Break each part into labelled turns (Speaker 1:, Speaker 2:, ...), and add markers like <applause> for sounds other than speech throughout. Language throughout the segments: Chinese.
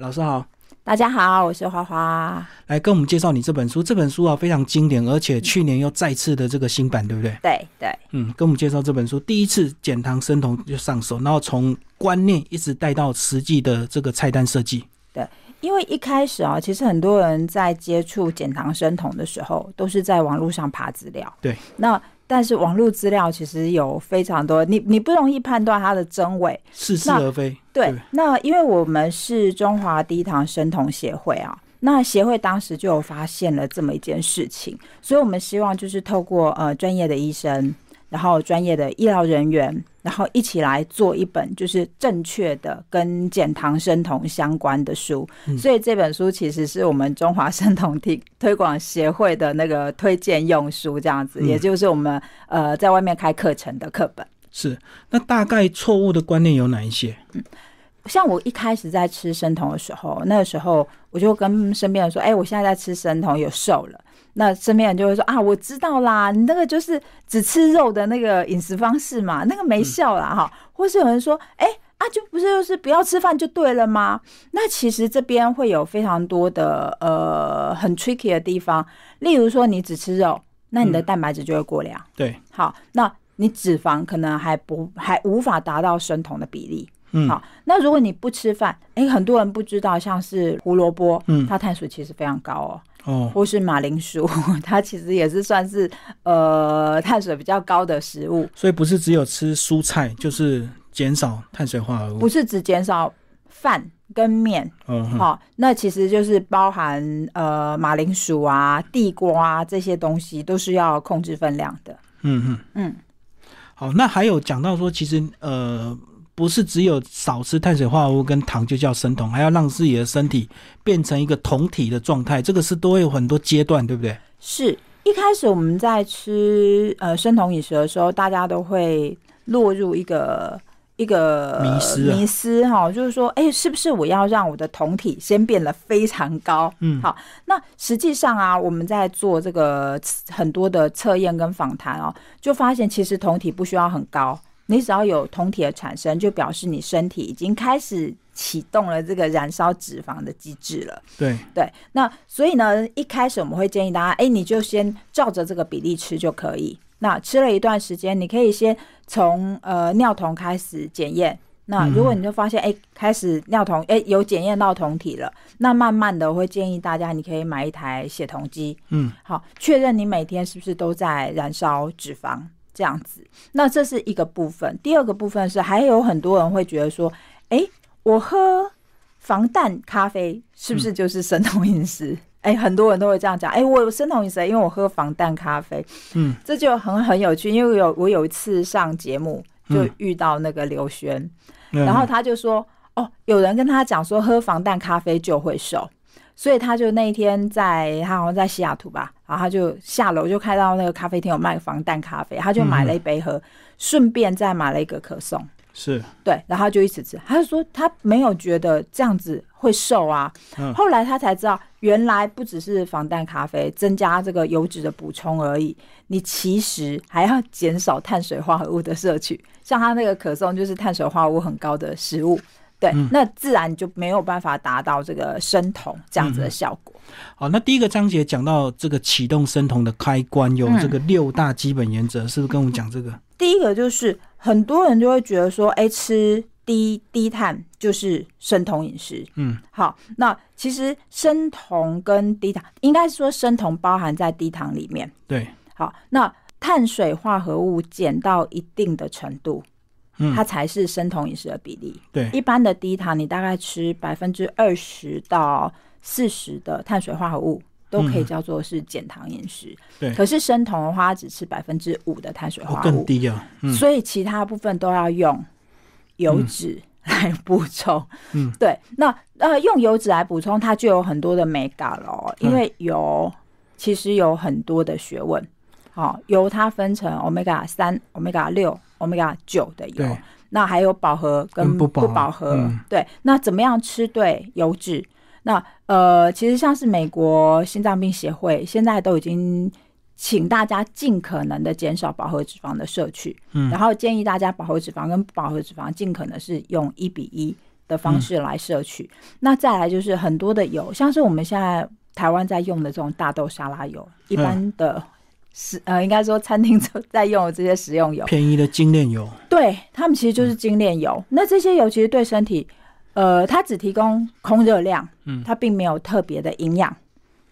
Speaker 1: 老师好，
Speaker 2: 大家好，我是花花。
Speaker 1: 来跟我们介绍你这本书。这本书啊非常经典，而且去年又再次的这个新版，对不对？
Speaker 2: 对对，
Speaker 1: 嗯，跟我们介绍这本书，第一次减糖生酮就上手，然后从观念一直带到实际的这个菜单设计。
Speaker 2: 因为一开始啊、其实很多人在接触减糖生酮的时候，都是在网络上爬资料。
Speaker 1: 对，
Speaker 2: 那但是网络资料其实有非常多，你你不容易判断它的真伪。
Speaker 1: 似是
Speaker 2: 那
Speaker 1: 而非。
Speaker 2: 对
Speaker 1: 对，
Speaker 2: 那因为我们是中华低糖生酮协会啊，那协会当时就有发现了这么一件事情，所以我们希望就是透过呃专业的医生，然后专业的医疗人员，然后一起来做一本就是正确的跟减糖生酮相关的书，
Speaker 1: 嗯
Speaker 2: 所以这本书其实是我们中华生酮体推广协会的那个推荐用书，这样子，
Speaker 1: 嗯
Speaker 2: 也就是我们呃在外面开课程的课本。
Speaker 1: 是。那大概错误的观念有哪一些？
Speaker 2: 像我一开始在吃生酮的时候，那个时候我就跟身边人说：“哎、我现在在吃生酮，有瘦了。”那身边人就会说：“啊，我知道啦，你那个就是只吃肉的那个饮食方式嘛，那个没效啦哈。或是有人说：“哎、啊，就不是就是不要吃饭就对了吗？”那其实这边会有非常多的呃很 tricky 的地方，例如说你只吃肉，那你的
Speaker 1: 嗯
Speaker 2: 蛋白质就会过量。
Speaker 1: 对，
Speaker 2: 好，那你脂肪可能还不还无法达到生酮的比例。
Speaker 1: 嗯，
Speaker 2: 好，那如果你不吃饭，诶，很多人不知道，像是胡萝卜，
Speaker 1: 嗯
Speaker 2: 它碳水其实非常高哦，
Speaker 1: 哦，
Speaker 2: 或是马铃薯， <laughs> 它其实也是算是呃碳水比较高的食物，
Speaker 1: 所以不是只有吃蔬菜，就是减少碳水化合
Speaker 2: 不
Speaker 1: 物。
Speaker 2: 是只减少饭跟面，
Speaker 1: 哦，嗯
Speaker 2: 好、那其实就是包含呃马铃薯啊、地瓜、啊、这些东西都是要控制分量的，
Speaker 1: 嗯嗯。
Speaker 2: 嗯，
Speaker 1: 好，那还有讲到说，其实呃，不是只有少吃碳水化合物跟糖就叫生酮，还要让自己的身体变成一个酮体的状态，这个是都会有很多阶段，对不对？
Speaker 2: 是一开始我们在吃呃生酮饮食的时候，大家都会落入一个一个
Speaker 1: 迷思啊
Speaker 2: 迷思哈、就是说，哎、是不是我要让我的酮体先变得非常高？
Speaker 1: 嗯
Speaker 2: 好，那实际上啊，我们在做这个很多的测验跟访谈哦，就发现其实酮体不需要很高，你只要有酮体的产生，就表示你身体已经开始启动了这个燃烧脂肪的机制了。
Speaker 1: 对，
Speaker 2: 对，那所以呢，一开始我们会建议大家，哎，你就先照着这个比例吃就可以。那吃了一段时间，你可以先从呃尿酮开始检验。那如果你就发现，哎、开始尿酮，哎，有检验到酮体了，那慢慢的我会建议大家，你可以买一台血酮机，
Speaker 1: 嗯，
Speaker 2: 好，确认你每天是不是都在燃烧脂肪这样子。那这是一个部分，第二个部分是还有很多人会觉得说，哎、我喝防弹咖啡是
Speaker 1: 嗯
Speaker 2: 不是就是生酮饮食？ <laughs> 哎、很多人都会这样讲。哎、我有生酮饮食，因为我喝防弹咖啡。
Speaker 1: 嗯，
Speaker 2: 这就很很有趣，因为我有我有一次上节目就
Speaker 1: 嗯
Speaker 2: 遇到那个刘轩，
Speaker 1: 嗯
Speaker 2: 然后他就说，哦，有人跟他讲说喝防弹咖啡就会瘦，所以他就那一天在他好像在西雅图吧，然后他就下楼就看到那个咖啡厅有卖防弹咖啡，他就买了一杯喝，顺便再买了一个可颂，
Speaker 1: 是，
Speaker 2: 对，然后他就一直吃，他就说他没有觉得这样子会瘦啊，
Speaker 1: 嗯
Speaker 2: 后来他才知道原来不只是防弹咖啡增加这个油脂的补充而已，你其实还要减少碳水化合物的摄取，像他那个可颂就是碳水化合物很高的食物。对，那自然就没有办法达到这个生酮这样子的效果。
Speaker 1: 好，那第一个章节讲到这个启动生酮的开关，有
Speaker 2: 嗯
Speaker 1: 这个六大基本原则，是不是跟我们讲这个？
Speaker 2: 第一个就是很多人就会觉得说，哎、吃低低碳就是生酮饮食，
Speaker 1: 嗯，
Speaker 2: 好，那其实生酮跟低糖，应该是说生酮包含在低糖里面。
Speaker 1: 对，
Speaker 2: 好，那碳水化合物减到一定的程度，
Speaker 1: 嗯
Speaker 2: 它才是生酮饮食的比例。
Speaker 1: 对
Speaker 2: 一般的低糖，你大概吃百分之二十到四十的碳水化合物。都可以叫做是减糖饮食，
Speaker 1: 嗯对
Speaker 2: 可是生酮的话，它只吃百分之五的碳水
Speaker 1: 哦
Speaker 2: 化，合物
Speaker 1: 更，低啊，嗯，
Speaker 2: 所以其他部分都要用油脂来补充。
Speaker 1: 嗯，
Speaker 2: 对，那呃，用油脂来补充，它就有很多的美感咯，
Speaker 1: 嗯
Speaker 2: 因为油、其实有很多的学问。好、油它分成 omega 三、omega 六、omega 九的油
Speaker 1: 对，，
Speaker 2: 那还有饱和跟
Speaker 1: 跟不饱
Speaker 2: 不饱和。
Speaker 1: 嗯
Speaker 2: 对，那怎么样吃对油脂？那呃，其实像是美国心脏病协会现在都已经请大家尽可能的减少饱和脂肪的摄取，
Speaker 1: 嗯
Speaker 2: 然后建议大家饱和脂肪跟不饱和脂肪尽可能是用一比一的方
Speaker 1: 嗯
Speaker 2: 式来摄取。那再来就是很多的油，像是我们现在台湾在用的这种大豆沙拉油，一般的食、呃，应该说餐厅都在用的这些食用油，
Speaker 1: 便宜的精炼油，
Speaker 2: 对他们其实
Speaker 1: 嗯
Speaker 2: 就是精炼油。那这些油其实对身体，呃，它只提供空热量，
Speaker 1: 嗯
Speaker 2: 它并没有特别的营养。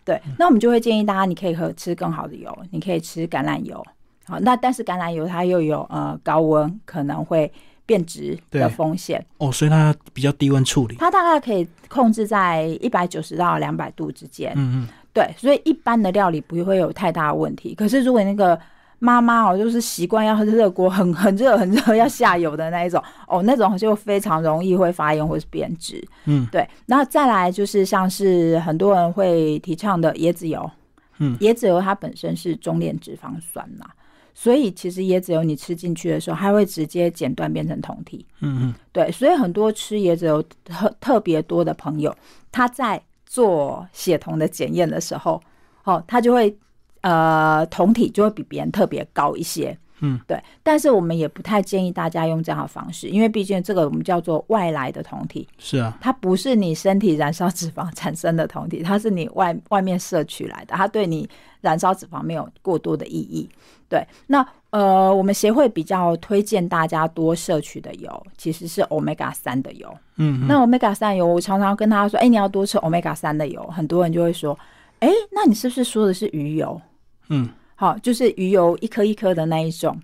Speaker 2: 对，那我们就会建议大家，你可以和吃更好的油，你可以吃橄榄油。好，那但是橄榄油它又有呃高温可能会变质
Speaker 1: 对
Speaker 2: 的风险，
Speaker 1: 哦，所以它比较低温处理。
Speaker 2: 它大概可以控制在一百九十到两百度之间。
Speaker 1: 嗯嗯，
Speaker 2: 对，所以一般的料理不会有太大的问题。可是如果那个妈妈哦，就是习惯要热锅很很热很热要下油的那一种 <laughs> 哦，那种就非常容易会发炎或是变质。
Speaker 1: 嗯，
Speaker 2: 对。然后再来就是像是很多人会提倡的椰子油，
Speaker 1: 嗯
Speaker 2: 椰子油它本身是中链脂肪酸呐、所以其实椰子油你吃进去的时候，它会直接剪断变成酮体。
Speaker 1: 嗯
Speaker 2: 对，所以很多吃椰子油特特别多的朋友，他在做血酮的检验的时候，哦，他就会呃酮体就会比别人特别高一些。
Speaker 1: 嗯，
Speaker 2: 对，但是我们也不太建议大家用这样的方式，因为毕竟这个我们叫做外来的酮体，
Speaker 1: 嗯，是啊，
Speaker 2: 它不是你身体燃烧脂肪产生的酮体，它是你外外面摄取来的，它对你燃烧脂肪没有过多的意义。对，那呃，我们协会比较推荐大家多摄取的油其实是 omega 三的油。
Speaker 1: 嗯嗯，
Speaker 2: 那 omega 三油，我常常跟大家说，哎、你要多吃 omega 三的油。很多人就会说，哎、那你是不是说的是鱼油？
Speaker 1: 嗯
Speaker 2: 好，就是鱼油一颗一颗的那一种，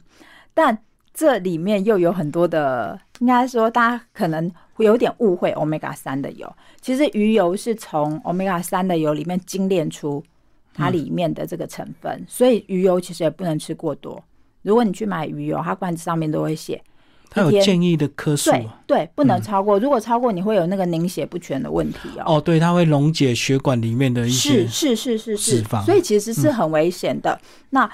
Speaker 2: 但这里面又有很多的，应该说大家可能会有点误会 omega 三的油。其实鱼油是从 omega 三的油里面精炼出它
Speaker 1: 嗯
Speaker 2: 里面的这个成分，所以鱼油其实也不能吃过多。如果你去买鱼油，它罐子上面都会写，
Speaker 1: 它有
Speaker 2: 一天
Speaker 1: 建议的颗数啊。
Speaker 2: 对对，不能超过。如果超过，你会有那个凝血不全的问题哦。
Speaker 1: 哦，对，它会溶解血管里面的一些
Speaker 2: 是，是是是
Speaker 1: 脂
Speaker 2: 是
Speaker 1: 肪，
Speaker 2: 所以其实是很危险的。那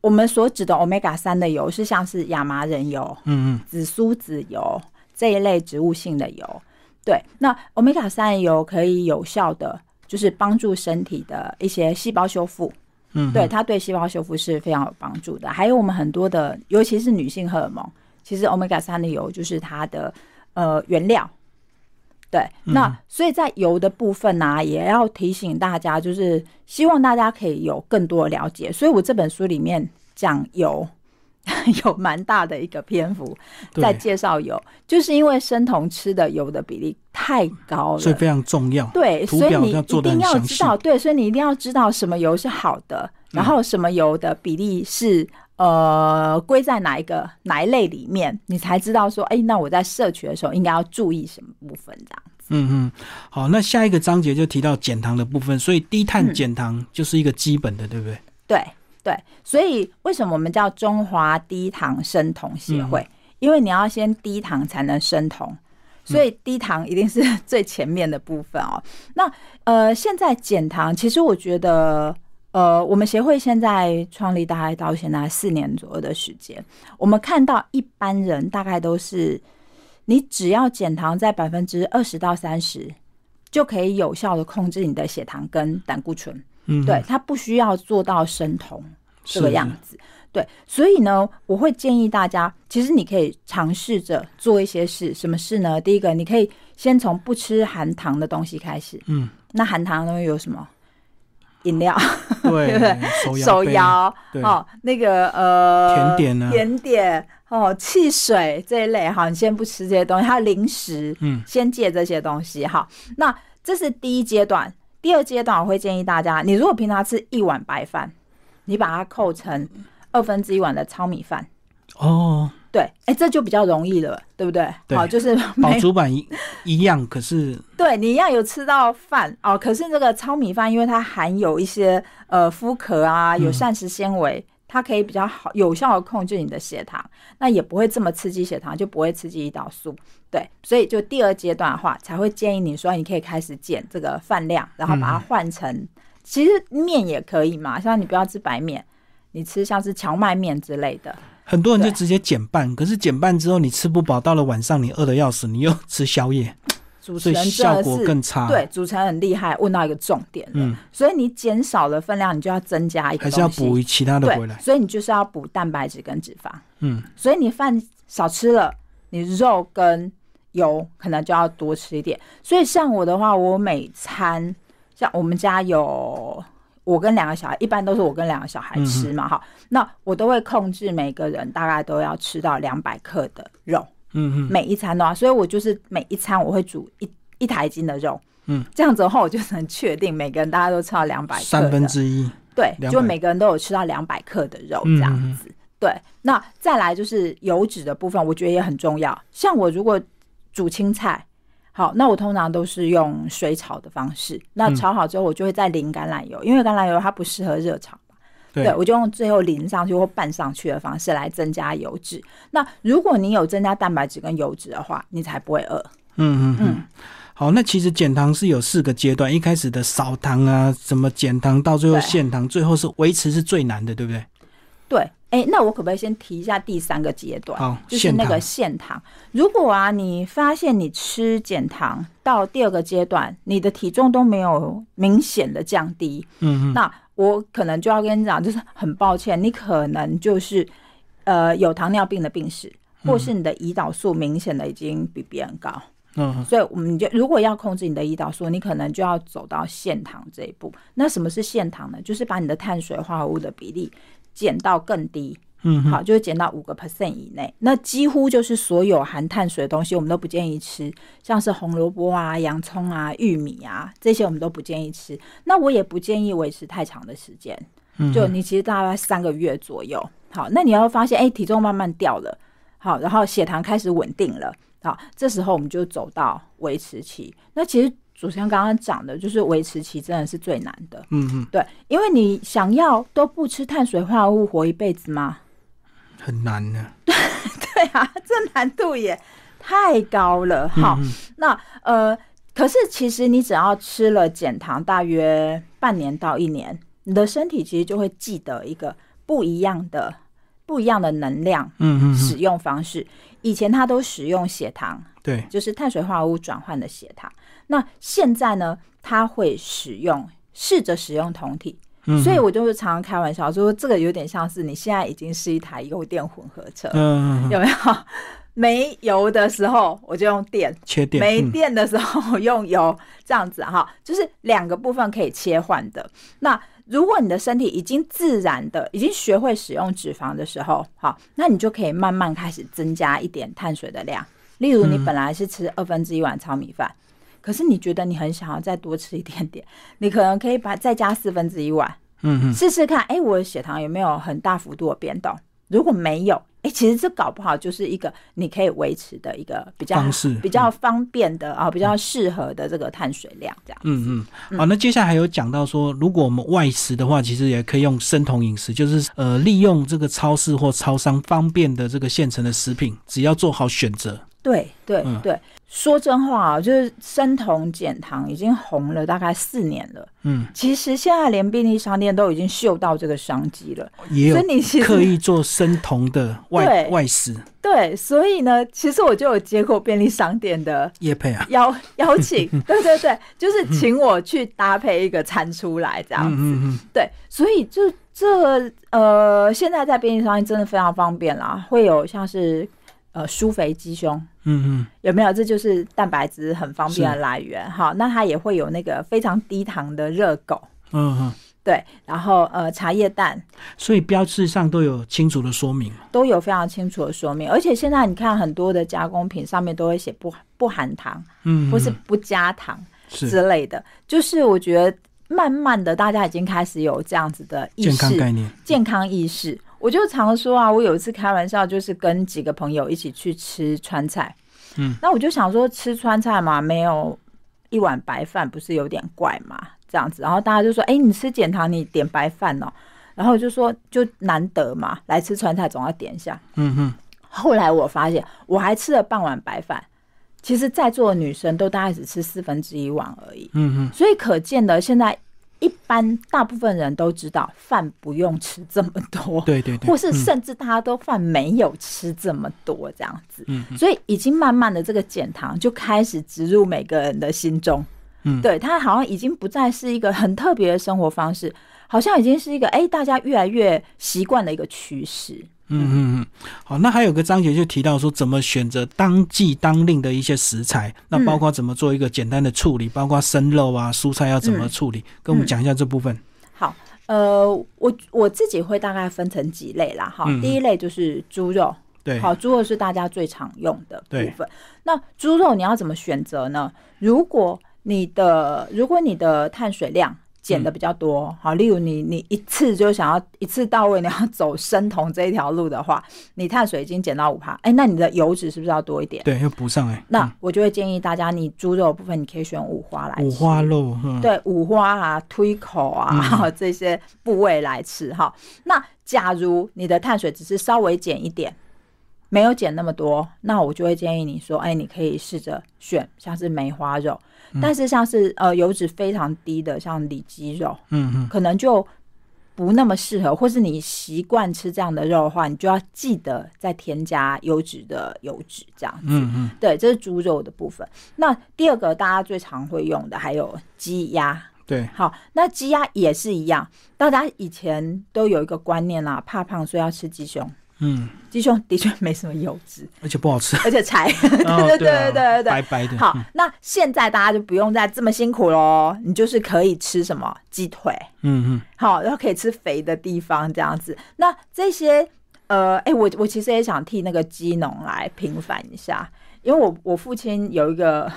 Speaker 2: 我们所指的 omega 三的油是像是亚麻仁油、
Speaker 1: 嗯嗯，
Speaker 2: 紫苏籽油这一类植物性的油。对，那 omega 三油可以有效的就是帮助身体的一些细胞修复，
Speaker 1: 嗯，
Speaker 2: 对它对细胞修复是非常有帮助的。还有我们很多的，尤其是女性荷尔蒙，其实 omega 三的油就是它的呃原料。对，
Speaker 1: 嗯
Speaker 2: 那所以在油的部分呢、啊也要提醒大家，就是希望大家可以有更多的了解。所以我这本书里面讲油 <laughs> 有蛮大的一个篇幅在
Speaker 1: 嗯对，
Speaker 2: 介绍油，就是因为生酮吃的油的比例太高了，
Speaker 1: 所以非常重要。
Speaker 2: 对，
Speaker 1: 图
Speaker 2: 所以
Speaker 1: 表
Speaker 2: 你
Speaker 1: 要
Speaker 2: 一
Speaker 1: 做得很
Speaker 2: 定要
Speaker 1: 详嗯
Speaker 2: 知道，对，所以你一定要知道什么油是好的，然后什么油的比例是、呃归在哪一个哪一类里面，你才知道说，哎、那我在摄取的时候应该要注意什么部分这样。
Speaker 1: 嗯嗯，好，那下一个章节就提到减糖的部分，所以低碳
Speaker 2: 嗯
Speaker 1: 减糖就是一个基本的，对不对？
Speaker 2: 对对，所以为什么我们叫中华低糖生酮协会？因为你要先低糖才能生酮，所以低糖一定是 <laughs> 最前面的部分哦。那呃，现在减糖，其实我觉得。呃，我们协会现在创立大概到现在四年左右的时间，我们看到一般人大概都是，你只要减糖在百分之二十到三十，就可以有效的控制你的血糖跟胆固醇。
Speaker 1: 嗯，
Speaker 2: 对，，它不需要做到生酮
Speaker 1: 是
Speaker 2: 这个样子。对，所以呢，我会建议大家，其实你可以尝试着做一些事。什么事呢？第一个，你可以先从不吃含糖的东西开始。
Speaker 1: 嗯，
Speaker 2: 那含糖的东西有什么？饮料、 <laughs> 对
Speaker 1: 对，手
Speaker 2: 手
Speaker 1: 杯，
Speaker 2: 摇
Speaker 1: 对，
Speaker 2: 哦，那个
Speaker 1: 甜
Speaker 2: 呃，
Speaker 1: 点啊呢
Speaker 2: 甜点哦，汽水这一类哈，你先不吃这些东西，还有零食，
Speaker 1: 嗯，
Speaker 2: 先戒这些东西哈。那这是第一阶段，第二阶段我会建议大家，你如果平常吃一碗白饭，你把它扣成
Speaker 1: 嗯
Speaker 2: 二分之一碗的糙米饭，
Speaker 1: 哦，
Speaker 2: 对，哎、这就比较容易了，对不对？
Speaker 1: 对
Speaker 2: 好，就是
Speaker 1: 饱
Speaker 2: 没
Speaker 1: 足版一一样，可是
Speaker 2: 对你一样有吃到饭哦，可是这个糙米饭，因为它含有一些呃麸壳
Speaker 1: 嗯
Speaker 2: 啊，有膳食纤维，它可以比较好有效的控制你的血糖，那也不会这么刺激血糖，就不会刺激胰岛素。对，所以就第二阶段的话，才会建议你说你可以开始减这个饭量，然后
Speaker 1: 嗯
Speaker 2: 把它换成、其实面也可以嘛，像你不要吃白面，你吃像是荞麦面之类的，
Speaker 1: 很多人就
Speaker 2: 对
Speaker 1: 直接减半，可是减半之后你吃不饱，到了晚上你饿的要死，你又吃宵夜，
Speaker 2: 主
Speaker 1: 所
Speaker 2: 持
Speaker 1: 以
Speaker 2: 人真
Speaker 1: 效
Speaker 2: 的
Speaker 1: 果
Speaker 2: 是
Speaker 1: 更差。
Speaker 2: 对，主持人很厉害，问到一个重点了。
Speaker 1: 啊嗯
Speaker 2: 所以你减少了分量，你就要增加一个
Speaker 1: 还是要
Speaker 2: 东西
Speaker 1: 补其他的回
Speaker 2: 对，
Speaker 1: 来。
Speaker 2: 所以你就是要补蛋白质跟脂肪。
Speaker 1: 嗯，
Speaker 2: 所以你饭少吃了，你肉跟油，可能就要多吃一点。所以像我的话，我每餐像我们家有我跟两个小孩，一般都是我跟两个小孩吃嘛，哈、那我都会控制每个人大概都要吃到两百克的肉，
Speaker 1: 嗯嗯
Speaker 2: 每一餐的话，所以我就是每一餐我会煮一一台斤的肉，
Speaker 1: 嗯，
Speaker 2: 这样子的话，我就能确定每个人大家都吃到两百克的，
Speaker 1: 三分之一，
Speaker 2: 对，
Speaker 1: 200
Speaker 2: 就每个人都有吃到两百克的肉
Speaker 1: 嗯
Speaker 2: 这样子。对，那再来就是油脂的部分，我觉得也很重要。像我如果煮青菜，好，那我通常都是用水炒的方式。那
Speaker 1: 嗯
Speaker 2: 炒好之后，我就会再淋橄榄油，因为橄榄油它不适合热炒。
Speaker 1: 对
Speaker 2: 对，我就用最后淋上去或拌上去的方式来增加油脂。那如果你有增加蛋白质跟油脂的话，你才不会饿。
Speaker 1: 嗯嗯嗯
Speaker 2: 嗯。
Speaker 1: 好，那其实减糖是有四个阶段，一开始的少糖啊，什么减糖，到最后
Speaker 2: 对
Speaker 1: 限糖，最后是维持是最难的，对不对？
Speaker 2: 对，哎、那我可不可以先提一下第三个阶段？
Speaker 1: 好，
Speaker 2: 就是
Speaker 1: 限
Speaker 2: 那
Speaker 1: 糖
Speaker 2: 个限糖。如果啊，你发现你吃减糖到第二个阶段，你的体重都没有明显的降低，
Speaker 1: 嗯嗯
Speaker 2: 那我可能就要跟你讲，就是很抱歉，你可能就是呃有糖尿病的病史，或是你的胰岛素明显的已经比别人高，
Speaker 1: 嗯
Speaker 2: 所以我们就如果要控制你的胰岛素，你可能就要走到限糖这一步。那什么是限糖呢？就是把你的碳水化合物的比例减到更低，
Speaker 1: 嗯嗯
Speaker 2: 好，就是减到五个 percent 以内。那几乎就是所有含碳水的东西，我们都不建议吃，像是红萝卜啊、洋葱啊、玉米啊这些，我们都不建议吃。那我也不建议维持太长的时间，
Speaker 1: 嗯，
Speaker 2: 就你其实大概三个月左右。好，那你要发现，哎、体重慢慢掉了，好，然后血糖开始稳定了，好，这时候我们就走到维持期。那其实主持人刚刚讲的，就是维持期真的是最难的。
Speaker 1: 嗯嗯
Speaker 2: 对，因为你想要都不吃碳水化合物活一辈子吗？ <laughs>
Speaker 1: 很难的。
Speaker 2: 对啊，这难度也太高了。好，那呃，可是其实你只要吃了减糖，大约半年到一年，你的身体其实就会记得一个不一样的、不一样的能量
Speaker 1: 嗯嗯
Speaker 2: 使用方式。以前它都使用血糖，
Speaker 1: 对，
Speaker 2: 就是碳水化合物转换的血糖。那现在呢，它会使用试着使用酮体，
Speaker 1: 嗯
Speaker 2: 所以我就是常常开玩笑说，这个有点像是你现在已经是一台油电混合车，
Speaker 1: 嗯嗯嗯
Speaker 2: 有没 <laughs> 有？没油的时候我就用电，
Speaker 1: 缺点
Speaker 2: 没
Speaker 1: 嗯
Speaker 2: 电的时候我用油，这样子哈， <laughs> 就是两个部分可以切换的。那如果你的身体已经自然的已经学会使用脂肪的时候，好，那你就可以慢慢开始增加一点碳水的量。例如，你本来是吃二分之一碗糙米饭，可是你觉得你很想要再多吃一点点，你可能可以把再加四分之一碗，
Speaker 1: 嗯嗯
Speaker 2: 试试看，哎，我的血糖有没有很大幅度的变动？如果没有，哎，其实这搞不好就是一个你可以维持的一个比较
Speaker 1: 方式嗯
Speaker 2: 比较方便的啊，比较适合的这个碳水量这样。
Speaker 1: 嗯嗯，好，那接下来还有讲到说，如果我们外食的话，其实也可以用生酮饮食，就是呃利用这个超市或超商方便的这个现成的食品，只要做好选择。
Speaker 2: 对对
Speaker 1: 嗯
Speaker 2: 对，说真话啊，就是生酮减糖已经红了大概四年了，
Speaker 1: 嗯，
Speaker 2: 其实现在连便利商店都已经嗅到这个商机了，
Speaker 1: 也有
Speaker 2: 所以你其实
Speaker 1: 刻意做生酮的外
Speaker 2: 对
Speaker 1: 外食
Speaker 2: 对，所以呢，其实我就有接过便利商店的
Speaker 1: 叶配啊。
Speaker 2: 邀 <laughs> 邀请，
Speaker 1: 嗯
Speaker 2: 对对对，就是请我去搭配一个餐出来这样子。
Speaker 1: 嗯嗯
Speaker 2: 对，所以就这呃，现在在便利商店真的非常方便啦，会有像是呃舒肥鸡胸。
Speaker 1: 嗯
Speaker 2: 有没有？这就是蛋白质很方便的
Speaker 1: 是
Speaker 2: 来源哈。那它也会有那个非常低糖的热狗，
Speaker 1: 嗯嗯嗯，
Speaker 2: 对，然后呃茶叶蛋
Speaker 1: 所以标志上都有清楚的说明。
Speaker 2: 都有非常清楚的说明。而且现在你看很多的加工品上面都会写不不含糖
Speaker 1: 嗯，
Speaker 2: 或是
Speaker 1: 嗯
Speaker 2: 不加糖，
Speaker 1: 是
Speaker 2: 之类的，就是我觉得慢慢的大家已经开始有这样子的意
Speaker 1: 健
Speaker 2: 识，
Speaker 1: 康概念。
Speaker 2: 健康意识。我就常说啊，我有一次开玩笑，就是跟几个朋友一起去吃川菜，
Speaker 1: 嗯，
Speaker 2: 那我就想说吃川菜嘛，没有一碗白饭不是有点怪嘛，这样子，然后大家就说，哎、你吃减糖，你点白饭哦，然后我就说就难得嘛，来吃川菜总要点一下，
Speaker 1: 嗯嗯，
Speaker 2: 后来我发现，我还吃了半碗白饭。其实，在座的女生都大概只吃四分之一碗而已。
Speaker 1: 嗯嗯，
Speaker 2: 所以可见的，现在一般大部分人都知道饭不用吃这么多， <laughs>
Speaker 1: 对对对，
Speaker 2: 或是
Speaker 1: 嗯
Speaker 2: 甚至大家都饭没有吃这么多这样子，
Speaker 1: 嗯
Speaker 2: 所以已经慢慢的这个减糖就开始植入每个人的心中，
Speaker 1: 嗯
Speaker 2: 对它好像已经不再是一个很特别的生活方式，好像已经是一个哎、大家越来越习惯的一个趋势，
Speaker 1: 嗯嗯嗯，好，那还有个章节就提到说怎么选择当季当令的一些食材，那包括怎么做一个简单的处理，包括生肉啊、蔬菜要怎么处
Speaker 2: 嗯
Speaker 1: 理，跟我们讲一下这部分。
Speaker 2: 好，呃，我我自己会大概分成几类啦，哈
Speaker 1: 嗯，
Speaker 2: 第一类就是猪肉，
Speaker 1: 对，
Speaker 2: 好，猪肉是大家最常用的部
Speaker 1: 对
Speaker 2: 分。那猪肉你要怎么选择呢？如果你的如果你的碳水量减
Speaker 1: 嗯
Speaker 2: 的比较多，好，例如你你一次就想要一次到位，你要走生酮这一条路的话，你碳水已经减到五趴，哎、那你的油脂是不是要多一点？
Speaker 1: 对，要补上
Speaker 2: <laughs>
Speaker 1: 来。
Speaker 2: 那我就会建议大家，你猪肉的部分你可以选五花来吃。
Speaker 1: 嗯五花肉，嗯，
Speaker 2: 对五花啊、推口啊、 <laughs> 这些部位来吃哈。那假如你的碳水只是稍微减一点，没有减那么多，那我就会建议你说，哎，你可以试着选像是梅花肉，
Speaker 1: 嗯
Speaker 2: 但是像是呃油脂非常低的，像里脊肉，
Speaker 1: 嗯嗯，
Speaker 2: 可能就。不那么适合，或是你习惯吃这样的肉的话，你就要记得再添加优质的油脂，这样子。
Speaker 1: 嗯嗯，
Speaker 2: 对，这是猪肉的部分。那第二个大家最常会用的还有鸡鸭，
Speaker 1: 对，
Speaker 2: 好，那鸡鸭也是一样，大家以前都有一个观念啦，怕胖所以要吃鸡胸，
Speaker 1: 嗯，
Speaker 2: 鸡胸 <laughs> 的确没什么油脂， <laughs>
Speaker 1: 而且不好吃。
Speaker 2: 而且柴，对
Speaker 1: 哦
Speaker 2: <laughs> 对对
Speaker 1: 啊
Speaker 2: 对对对
Speaker 1: 白白的。
Speaker 2: 好，那现在大家就不用再这么辛苦喽，你就是可以吃什么鸡腿，
Speaker 1: 嗯嗯，
Speaker 2: 好，然后可以吃肥的地方这样子。那这些呃，哎、我我其实也想替那个鸡农来平反一下，因为我我父亲有一个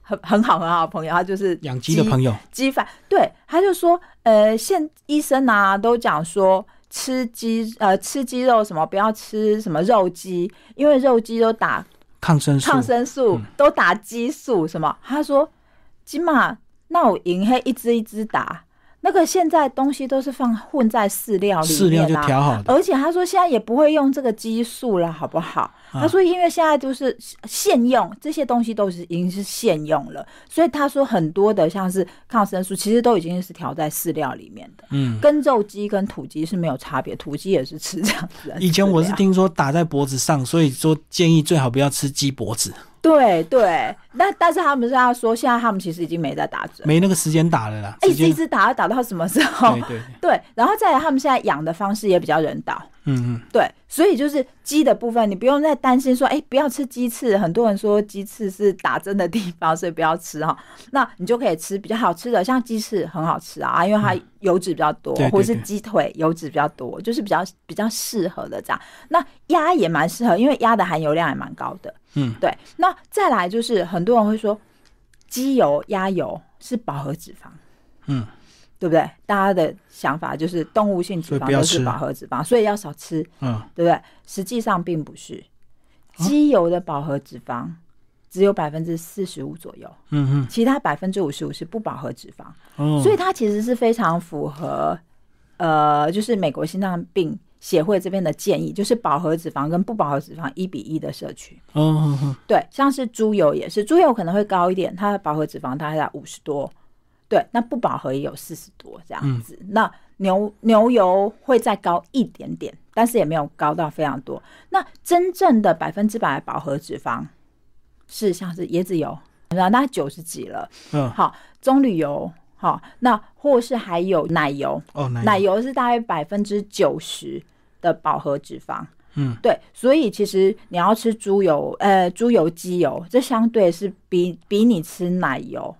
Speaker 2: 很很好很好的朋友，他就是
Speaker 1: 养鸡的朋友，
Speaker 2: 鸡饭，对，他就说，呃，现医生啊都讲说吃鸡，呃，吃鸡肉什么不要吃什么肉鸡，因为肉鸡都打
Speaker 1: 抗生素，
Speaker 2: 抗生素，
Speaker 1: 嗯
Speaker 2: 都打激素什么。他说，起码那我银黑一只一只打，那个现在东西都是放混在饲料里
Speaker 1: 饲料
Speaker 2: 面啊
Speaker 1: 就
Speaker 2: 啦、
Speaker 1: 调好的。
Speaker 2: 而且他说现在也不会用这个激素了，好不好？
Speaker 1: 啊
Speaker 2: 他说因为现在就是现用这些东西都是已经是现用了，所以他说很多的像是抗生素其实都已经是调在饲料里面的，
Speaker 1: 嗯，
Speaker 2: 跟肉鸡跟土鸡是没有差别，土鸡也是吃这样子的饲料。
Speaker 1: 以前我是听说打在脖子上，所以说建议最好不要吃鸡脖子，
Speaker 2: <laughs> 对对，但但是他们是要说现在他们其实已经没在打针，
Speaker 1: 没那个时间打了啦。直
Speaker 2: 哎，哦一直
Speaker 1: 接
Speaker 2: 一直打打到什么时候
Speaker 1: 对？对，对
Speaker 2: 对，然后再来他们现在养的方式也比较人道。
Speaker 1: 嗯嗯，
Speaker 2: 对，所以就是鸡的部分，你不用再担心说，哎、不要吃鸡翅。很多人说鸡翅是打针的地方，所以不要吃哈。 <laughs> 那你就可以吃比较好吃的，像鸡翅很好吃啊，因为它油脂比较多，
Speaker 1: 对对
Speaker 2: 或是
Speaker 1: 对
Speaker 2: 鸡腿油脂比较多，就是比较比较适合的这样。那鸭也蛮适合，因为鸭的含油量也蛮高的。
Speaker 1: 嗯，
Speaker 2: 对。那再来就是很多人会说，鸡油、鸭油是饱和脂肪。
Speaker 1: 嗯。
Speaker 2: 对不对？大家的想法就是动物性
Speaker 1: 所
Speaker 2: 脂
Speaker 1: 以不
Speaker 2: 肪
Speaker 1: 要
Speaker 2: 都是
Speaker 1: 吃
Speaker 2: 饱和脂肪，所以要少吃。
Speaker 1: 嗯，
Speaker 2: 对不对？实际上并不是，机油的饱和脂肪只有百分之四十五左右，
Speaker 1: 嗯
Speaker 2: 其他百分之五十五是不饱和脂肪，
Speaker 1: 嗯，哦，
Speaker 2: 所以它其实是非常符合，呃，就是美国心脏病协会这边的建议，就是饱和脂肪跟不饱和脂肪一比一的摄取。
Speaker 1: 哦哦，哦
Speaker 2: 对，像是猪油也是，猪油可能会高一点，它的饱和脂肪大概在五十多，对，那不饱和也有四十多这样子。那牛牛油会再高一点点，但是也没有高到非常多。那真正的百分之百的饱和脂肪是像是椰子油，然后大概九十几了，
Speaker 1: 嗯
Speaker 2: 好，棕榈油，好，那或是还有奶油，
Speaker 1: 哦，奶
Speaker 2: 奶
Speaker 1: 油，
Speaker 2: 油是大概百分之九十的饱和脂肪。
Speaker 1: 嗯，
Speaker 2: 对，所以其实你要吃猪油，呃，猪油、鸡油，这相对是比比你吃奶油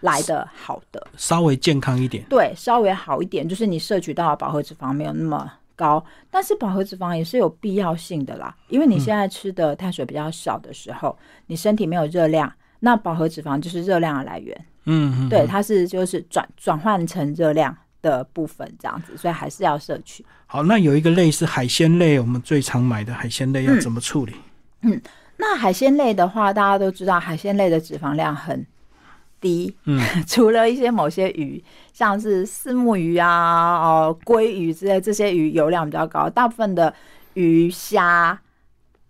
Speaker 2: 来的好的，
Speaker 1: 稍微健康一点。
Speaker 2: 对，稍微好一点，就是你摄取到的饱和脂肪没有那么高，但是饱和脂肪也是有必要性的啦，因为你现在吃的碳水比较少的时候，你身体没有热量，那饱和脂肪就是热量的来源。
Speaker 1: 嗯嗯，
Speaker 2: 对，它是就是转转换成热量的部分这样子，所以还是要摄取。
Speaker 1: 好，那有一个类是海鲜类，我们最常买的海鲜类
Speaker 2: 嗯
Speaker 1: 要怎么处理？
Speaker 2: 那海鲜类的话，大家都知道海鲜类的脂肪量很低，
Speaker 1: 嗯，
Speaker 2: <laughs> 除了一些某些鱼，像是四目鱼啊、哦鲑鱼之类，这些鱼油量比较高，大部分的鱼虾。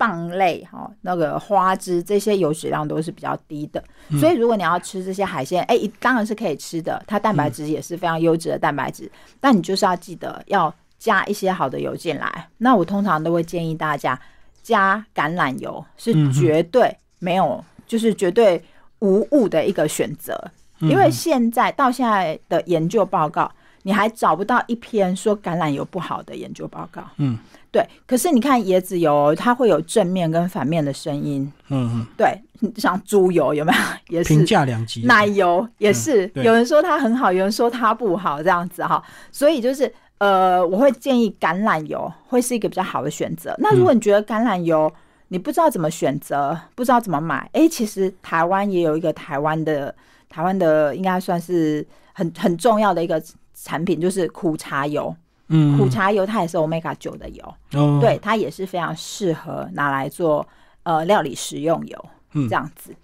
Speaker 2: 蚌类哈、哦，那个花枝这些油脂量都是比较低的，所以如果你要吃这些海鲜，哎、一当然是可以吃的，它蛋白质也是非常优质的蛋白质，但你就是要记得要加一些好的油进来。那我通常都会建议大家加橄榄油是绝对没有，就是绝对无误的一个选择，因为现在到现在的研究报告，你还找不到一篇说橄榄油不好的研究报告。
Speaker 1: 嗯，
Speaker 2: 对。可是你看椰子油，它会有正面跟反面的声音。
Speaker 1: 嗯
Speaker 2: 对，像猪油有没有？也
Speaker 1: 嗯，评
Speaker 2: 是。
Speaker 1: 价两极，
Speaker 2: 奶油也是、
Speaker 1: 嗯对
Speaker 2: 有人说它很好，有人说它不好，这样子哈。所以就是呃，我会建议橄榄油会是一个比较好的选择。那如
Speaker 1: 嗯
Speaker 2: 果你觉得橄榄油你不知道怎么选择，不知道怎么买，诶，其实台湾也有一个台湾的台湾的应该算是很很重要的一个产品，就是苦茶油。
Speaker 1: 嗯，
Speaker 2: 苦茶油它也是 omega 九的油。
Speaker 1: 哦，
Speaker 2: 对，它也是非常适合拿来做呃料理食用油，
Speaker 1: 嗯
Speaker 2: 这样子。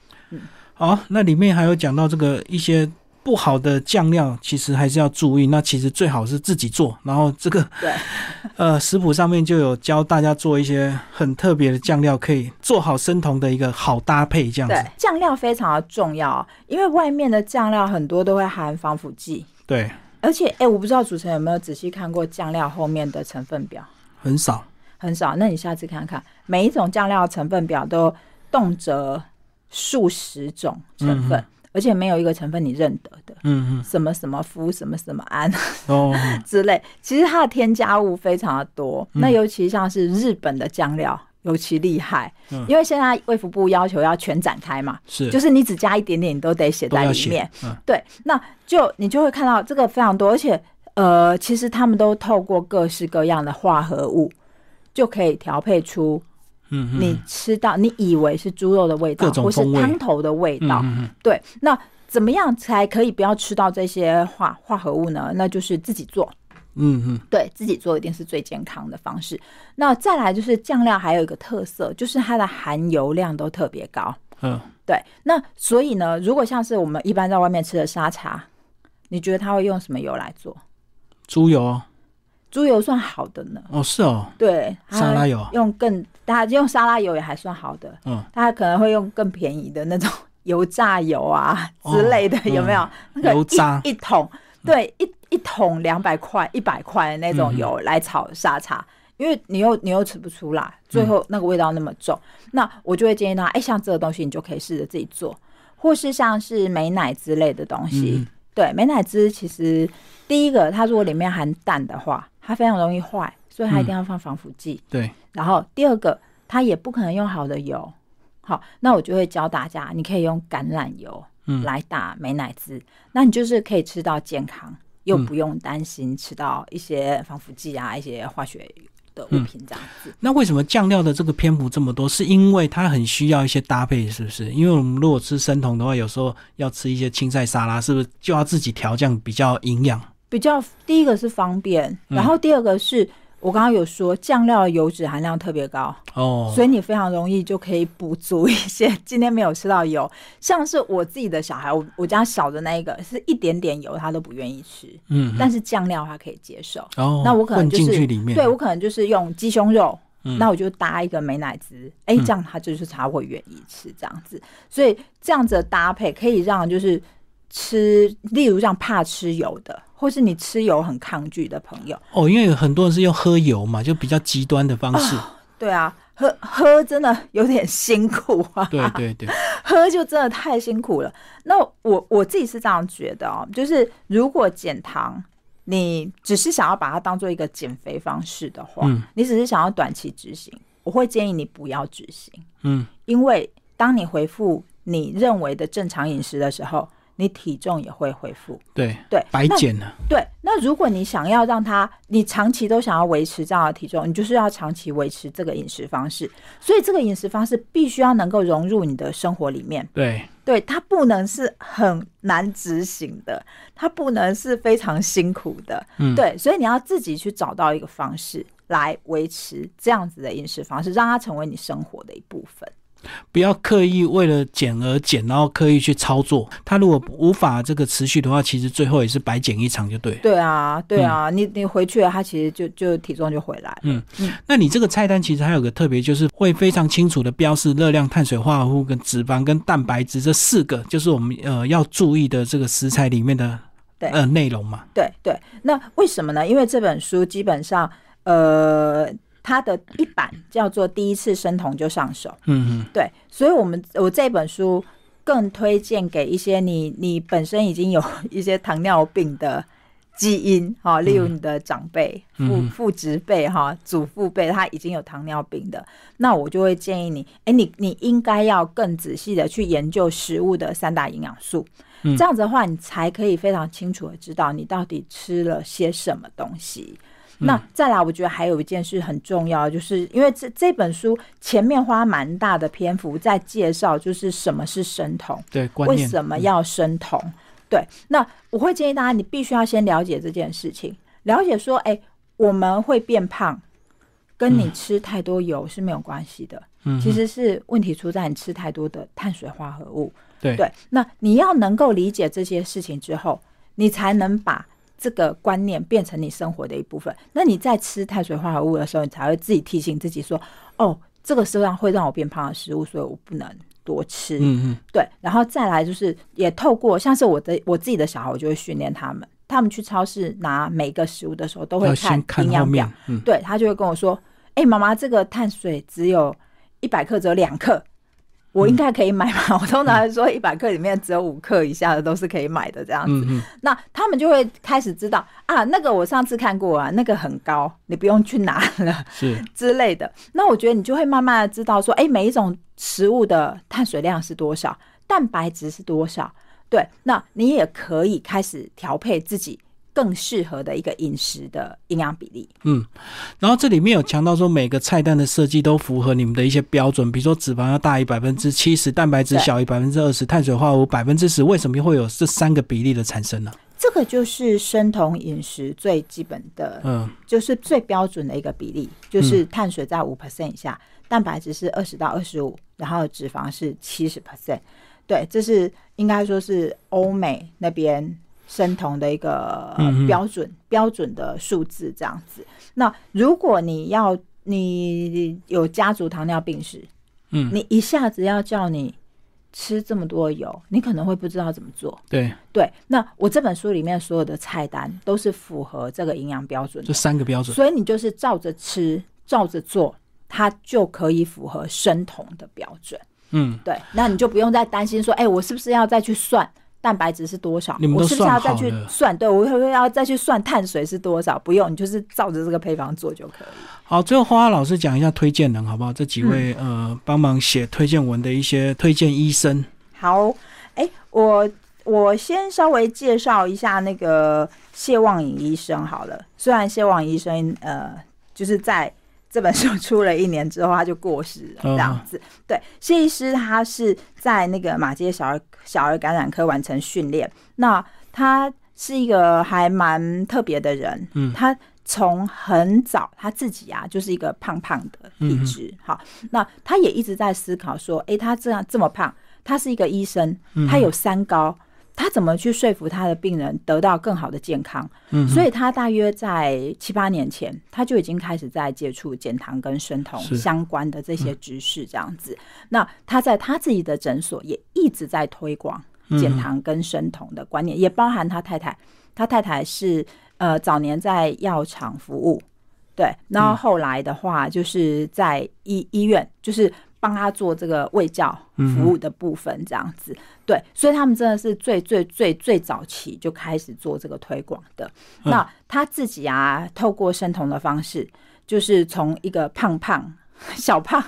Speaker 1: 好，那里面还有讲到这个一些不好的酱料，其实还是要注意。那其实最好是自己做，然后这个
Speaker 2: 对，
Speaker 1: 呃食谱上面就有教大家做一些很特别的酱料，可以做好生酮的一个好搭配，这样
Speaker 2: 对
Speaker 1: 子。，
Speaker 2: 酱料非常的重要哦，因为外面的酱料很多都会含防腐剂，
Speaker 1: 对，
Speaker 2: 而且哎、诶我不知道主持人有没有仔细看过酱料后面的成分表，
Speaker 1: 很少。
Speaker 2: 很少。那你下次看看，每一种酱料成分表都动辄数十种成分，而且没有一个成分你认得的，
Speaker 1: 嗯
Speaker 2: 什么什么麸，什么什么胺
Speaker 1: 嗯，哦，
Speaker 2: <laughs> 之类。其实它的添加物非常的多，
Speaker 1: 嗯
Speaker 2: 那尤其像是日本的酱料尤其厉害，
Speaker 1: 嗯
Speaker 2: 因为现在卫福部要求要全展开嘛，
Speaker 1: 是，
Speaker 2: 就是你只加一点点，你都得写
Speaker 1: 都
Speaker 2: 在
Speaker 1: 要
Speaker 2: 里面
Speaker 1: 写。。嗯
Speaker 2: 对，那就你就会看到这个非常多，而且呃，其实他们都透过各式各样的化合物，就可以调配出
Speaker 1: 嗯嗯，
Speaker 2: 你吃到、你以为是猪肉的味道
Speaker 1: 各，种
Speaker 2: 或是
Speaker 1: 风味
Speaker 2: 汤头的味
Speaker 1: 嗯
Speaker 2: 道。
Speaker 1: 嗯嗯
Speaker 2: 对，那怎么样才可以不要吃到这些化化合物呢？那就是自己做。
Speaker 1: 嗯嗯，
Speaker 2: 对自己做一定是最健康的方式。那再来就是酱料还有一个特色，就是它的含油量都特别高。
Speaker 1: 嗯
Speaker 2: 对，那所以呢，如果像是我们一般在外面吃的沙茶，你觉得它会用什么油来做？
Speaker 1: 猪油哦
Speaker 2: 猪油算好的呢，
Speaker 1: 哦，是哦，
Speaker 2: 对，它
Speaker 1: 沙拉油啊，
Speaker 2: 用更它用沙拉油也还算好的，
Speaker 1: 嗯，
Speaker 2: 它可能会用更便宜的那种 <laughs> 油炸油啊之类的，
Speaker 1: 哦
Speaker 2: 有没有？那个
Speaker 1: 油炸嗯
Speaker 2: 一一桶，对，一一桶两百块、一百块的那种
Speaker 1: 嗯
Speaker 2: 油来炒沙茶。因为你又你又吃不出来，
Speaker 1: 嗯
Speaker 2: 最后那个味道那么重，那我就会建议他，哎、像这个东西你就可以试着自己做，或是像是美乃滋类的东西，
Speaker 1: 嗯
Speaker 2: 对，美乃滋其实第一个，它如果里面含氮的话，它非常容易坏，所以它一
Speaker 1: 嗯
Speaker 2: 定要放防腐剂。
Speaker 1: 对，
Speaker 2: 然后第二个，它也不可能用好的油。好，那我就会教大家，你可以用橄榄油
Speaker 1: 嗯
Speaker 2: 来打美乃滋，那你就是可以吃到健康，又
Speaker 1: 嗯
Speaker 2: 不用担心吃到一些防腐剂啊、一些化学的物
Speaker 1: 嗯
Speaker 2: 品这样子。
Speaker 1: 那为什么酱料的这个篇幅这么多？是因为它很需要一些搭配，是不是？因为我们如果吃生酮的话，有时候要吃一些青菜沙拉，是不是就要自己调酱比较营养？
Speaker 2: 比较第一个是方便，
Speaker 1: 嗯
Speaker 2: 然后第二个是、我刚刚有说酱料的油脂含量特别高，
Speaker 1: 哦，
Speaker 2: 所以你非常容易就可以补足一些今天没有吃到油， <laughs> 像是我自己的小孩，我我家小的那一个是一点点油他都不愿意吃，
Speaker 1: 嗯，
Speaker 2: 但是酱料他可以接受。
Speaker 1: 哦，
Speaker 2: 那我可能
Speaker 1: 混
Speaker 2: 就是
Speaker 1: 进去里面，
Speaker 2: 对我可能就是用鸡胸肉，
Speaker 1: 嗯
Speaker 2: 那我就搭一个美乃滋，哎、这样他就是他会愿意吃这样子，所以这样子的搭配可以让就是吃，例如像怕吃油的，或是你吃油很抗拒的朋友，
Speaker 1: 哦，因为有很多人是用喝油嘛，就比较极端的方式。
Speaker 2: 对啊，喝喝真的有点辛苦啊，
Speaker 1: 对对对，
Speaker 2: 喝就真的太辛苦了。那我我自己是这样觉得哦，就是如果减糖，你只是想要把它当做一个减肥方式的话，
Speaker 1: 嗯
Speaker 2: 你只是想要短期执行，我会建议你不要执行，
Speaker 1: 嗯，
Speaker 2: 因为当你回复你认为的正常饮食的时候，你体重也会恢复。
Speaker 1: 对
Speaker 2: 对
Speaker 1: 白
Speaker 2: 那
Speaker 1: 捡啊了。
Speaker 2: 对，那如果你想要让它，你长期都想要维持这样的体重，你就是要长期维持这个饮食方式，所以这个饮食方式必须要能够融入你的生活里面。
Speaker 1: 对，
Speaker 2: 对，它不能是很难执行的，它不能是非常辛苦的，
Speaker 1: 嗯
Speaker 2: 对，所以你要自己去找到一个方式来维持这样子的饮食方式，让它成为你生活的一部分。
Speaker 1: 不要刻意为了减而减，然后刻意去操作。它如果无法这个持续的话，其实最后也是白捡一场就对了。
Speaker 2: 对啊，对啊，你你回去了，它其实就就体重就回来了。
Speaker 1: 嗯那你这个菜单其实还有个特别，就是会非常清楚的标示热量、碳水化合物、跟脂肪、跟蛋白质这四个，就是我们呃要注意的这个食材里面的
Speaker 2: 对
Speaker 1: 呃内容嘛。
Speaker 2: 对对，那为什么呢？因为这本书基本上，呃，它的一版叫做《第一次生酮就上手》。
Speaker 1: 嗯
Speaker 2: 对，所以我们我这本书 <laughs> 更推荐给一些你你本身已经有一些糖尿病的基因哈、例如你的长辈、
Speaker 1: 嗯
Speaker 2: 父
Speaker 1: 嗯
Speaker 2: 父职辈哈、祖父辈，他已经有糖尿病的，那我就会建议你，哎，你你应该要更仔细的去研究食物的三大营养素，
Speaker 1: 嗯
Speaker 2: 这样子的话，你才可以非常清楚的知道你到底吃了些什么东西。那再来，我觉得还有一件事很重要，就是因为这这本书前面花蛮大的篇幅在介绍，就是什么是生酮。
Speaker 1: 对观
Speaker 2: 为
Speaker 1: 念
Speaker 2: 什么
Speaker 1: 嗯
Speaker 2: 要生酮？对，那我会建议大家，你必须要先了解这件事情，了解说，哎、我们会变胖，跟你吃太多油是没有关系的，
Speaker 1: 嗯
Speaker 2: 其实是问题出在你吃太多的碳水化合物。
Speaker 1: 对
Speaker 2: 对，那你要能够理解这些事情之后，你才能把。这个观念变成你生活的一部分。那你在吃碳水化合物的时候，你才会自己提醒自己说：“哦，这个是让会让我变胖的食物，所以我不能多吃。”
Speaker 1: 嗯嗯
Speaker 2: 对，然后再来就是也透过像是我的我自己的小孩，我就会训练他们，他们去超市拿每个食物的时候都
Speaker 1: 嗯，要
Speaker 2: 会
Speaker 1: 先看
Speaker 2: 营
Speaker 1: 后
Speaker 2: 养表
Speaker 1: 面，，嗯
Speaker 2: 对他就会跟我说：“哎、妈妈，这个碳水只有一百克，只有两克。”
Speaker 1: 嗯
Speaker 2: 我应该可以买吧？ <laughs> 我通常会说一百克里面只有五克以下的都是可以买的这样子。
Speaker 1: 嗯嗯，
Speaker 2: 那他们就会开始知道啊，那个我上次看过啊，那个很高，你不用去拿了。
Speaker 1: 是
Speaker 2: 之类的。那我觉得你就会慢慢的知道说，哎、每一种食物的碳水量是多少，蛋白质是多少。对，那你也可以开始调配自己更适合的一个饮食的营养比例。
Speaker 1: 嗯，然后这里面有强调说每个菜单的设计都符合你们的一些标准，比如说脂肪要大于百分之七十，蛋白质
Speaker 2: 对
Speaker 1: 小于百分之二十，碳水化合物百分之十，为什么会有这三个比例的产生呢？
Speaker 2: 这个就是生酮饮食最基本的，
Speaker 1: 嗯
Speaker 2: 就是最标准的一个比例，就是碳水在五 percent 以下，蛋白质是二十到二十五，然后脂肪是七十 percent。对，这是应该说是欧美那边生酮的一个呃
Speaker 1: 嗯嗯
Speaker 2: 标准、标准的数字这样子。那如果你要你有家族糖尿病史，
Speaker 1: 嗯，
Speaker 2: 你一下子要叫你吃这么多油，你可能会不知道怎么做。
Speaker 1: 对，
Speaker 2: 对，那我这本书里面所有的菜单都是符合这个营养标准的
Speaker 1: 这，三个标准。
Speaker 2: 所以你就是照着吃，照着做，它就可以符合生酮的标准。
Speaker 1: 嗯，
Speaker 2: 对，那你就不用再担心说，哎、我是不是要再去算蛋白质是多少
Speaker 1: 你？们
Speaker 2: 我
Speaker 1: 都
Speaker 2: 是不是
Speaker 1: 算
Speaker 2: 要再
Speaker 1: 好
Speaker 2: 去
Speaker 1: 了
Speaker 2: 算？对，我会不会要再去算碳水是多少？不用，你就是照着这个配方做就可以。
Speaker 1: 好，最后花花老师讲一下推荐人好不好？这几位、
Speaker 2: 嗯
Speaker 1: 呃帮忙写推荐文的一些推荐医生，
Speaker 2: 好，哎、我我先稍微介绍一下那个谢望颖医生好了。虽然谢望颖医生呃，就是在这本书出了一年之后，他就过世了，
Speaker 1: 嗯
Speaker 2: 这样子。对，谢医师他是在那个马街小儿小儿感染科完成训练，那他是一个还蛮特别的人，
Speaker 1: 嗯
Speaker 2: 他从很早他自己啊就是一个胖胖的体质，
Speaker 1: 嗯
Speaker 2: 好，那他也一直在思考说，诶，他这样这么胖，他是一个医生，
Speaker 1: 嗯
Speaker 2: 他有三高。他怎么去说服他的病人得到更好的健康？
Speaker 1: 嗯
Speaker 2: 所以他大约在七八年前，他就已经开始在接触减糖跟生酮
Speaker 1: 是嗯
Speaker 2: 相关的这些知识，这样子。那他在他自己的诊所也一直在推广
Speaker 1: 嗯
Speaker 2: 减糖跟生酮的观念，也包含他太太。他太太是呃早年在药厂服务，对，然后后来的话就是在医医院，就是帮他做这个卫教服务的部分，这样子。对，所以他们真的是最最最最早期就开始做这个推广的。
Speaker 1: 嗯
Speaker 2: 那他自己啊，透过生酮的方式，就是从一个胖胖。 <laughs> 小胖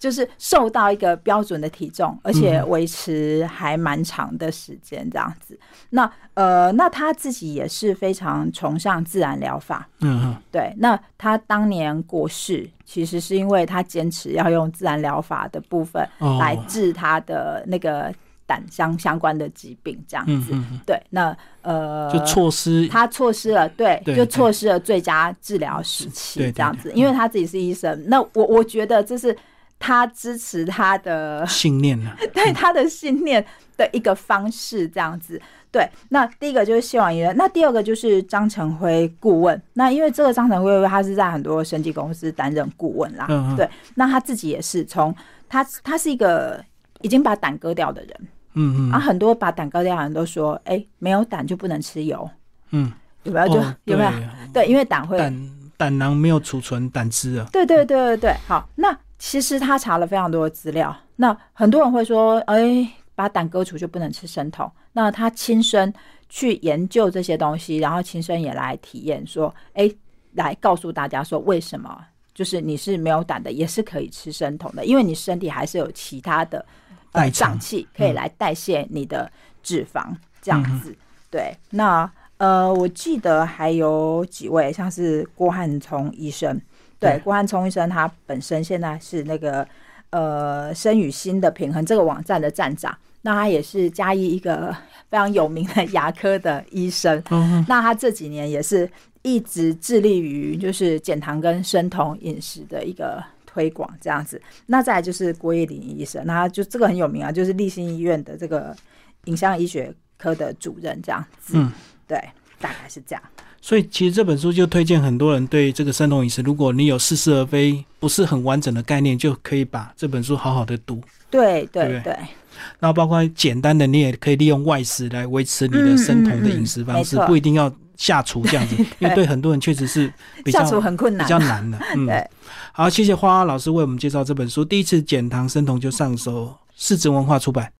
Speaker 2: 就是瘦到一个标准的体重，而
Speaker 1: 嗯
Speaker 2: 且维持还蛮长的时间这样子。那呃，那他自己也是非常崇尚自然疗法，
Speaker 1: 嗯嗯
Speaker 2: 对，那他当年过世，其实是因为他坚持要用自然疗法的部分
Speaker 1: 哦
Speaker 2: 来治他的那个胆相相关的疾病，这样
Speaker 1: 嗯
Speaker 2: 子。
Speaker 1: 嗯
Speaker 2: 对，那呃，
Speaker 1: 嗯，就错失
Speaker 2: 他错失了，对，
Speaker 1: 对
Speaker 2: 就错失了最佳治疗时
Speaker 1: 对对
Speaker 2: 期，这样子，
Speaker 1: 对
Speaker 2: 因为他自己是医生。那我我觉得这是他支持他
Speaker 1: <laughs>
Speaker 2: 的
Speaker 1: 信念啊了。
Speaker 2: 对他的信念的一个方式，这样子。对，那第一个就是谢婉仪人，那第二个就是张成辉顾问。那因为这个张成辉他是在很多审计公司担任顾问啦，
Speaker 1: 嗯嗯
Speaker 2: 对，那他自己也是从他他是一个已经把胆割掉的人，
Speaker 1: 嗯
Speaker 2: 啊，
Speaker 1: 嗯
Speaker 2: 很多把胆割掉的人都说，哎、没有胆就不能吃油，
Speaker 1: 嗯，
Speaker 2: 有没呃有？就、
Speaker 1: 哦
Speaker 2: 有没有？对，因为胆会
Speaker 1: 胆胆囊没有储存胆汁啊。
Speaker 2: 对对对对对，好，那其实他查了非常多的资料，那很多人会说，哎，把胆割除就不能吃生酮，那他亲身去研究这些东西，然后亲身也来体验，说，哎，来告诉大家说为什么就是你是没有胆的，也是可以吃生酮的，因为你身体还是有其他的呃
Speaker 1: 代偿
Speaker 2: 脏器可以
Speaker 1: 嗯
Speaker 2: 来代谢你的脂肪，这样子。对，那呃，我记得还有几位，像是郭汉聪医生，对，
Speaker 1: 对
Speaker 2: 郭汉聪医生他本身现在是那个呃生与心的平衡这个网站的站长，那他也是嘉义一个非常有名的牙科的医生，
Speaker 1: 嗯，
Speaker 2: 那他这几年也是一直致力于就是减糖跟生酮饮食的一个推广这样子。那再来就是郭叶林医生，那他就这个很有名啊，就是立新医院的这个影像医学科的主任这样子。
Speaker 1: 嗯，
Speaker 2: 对，大概是这样。
Speaker 1: 所以其实这本书就推荐很多人对这个生酮饮食，如果你有似是而非不是很完整的概念，就可以把这本书好好的读。
Speaker 2: 对
Speaker 1: 对
Speaker 2: 对
Speaker 1: 不
Speaker 2: 对，
Speaker 1: 那包括简单的，你也可以利用外食来维持你的生酮的饮食方式，
Speaker 2: 嗯嗯嗯没错
Speaker 1: 不一定要下厨这样
Speaker 2: <laughs>
Speaker 1: 子，因为对很多人确实是比较
Speaker 2: 下厨很困
Speaker 1: 比
Speaker 2: 难。
Speaker 1: 较难的。嗯，
Speaker 2: <laughs> 对，
Speaker 1: 好，谢谢花花老师为我们介绍这本书，第一次减糖生酮就上手，市值文化出版。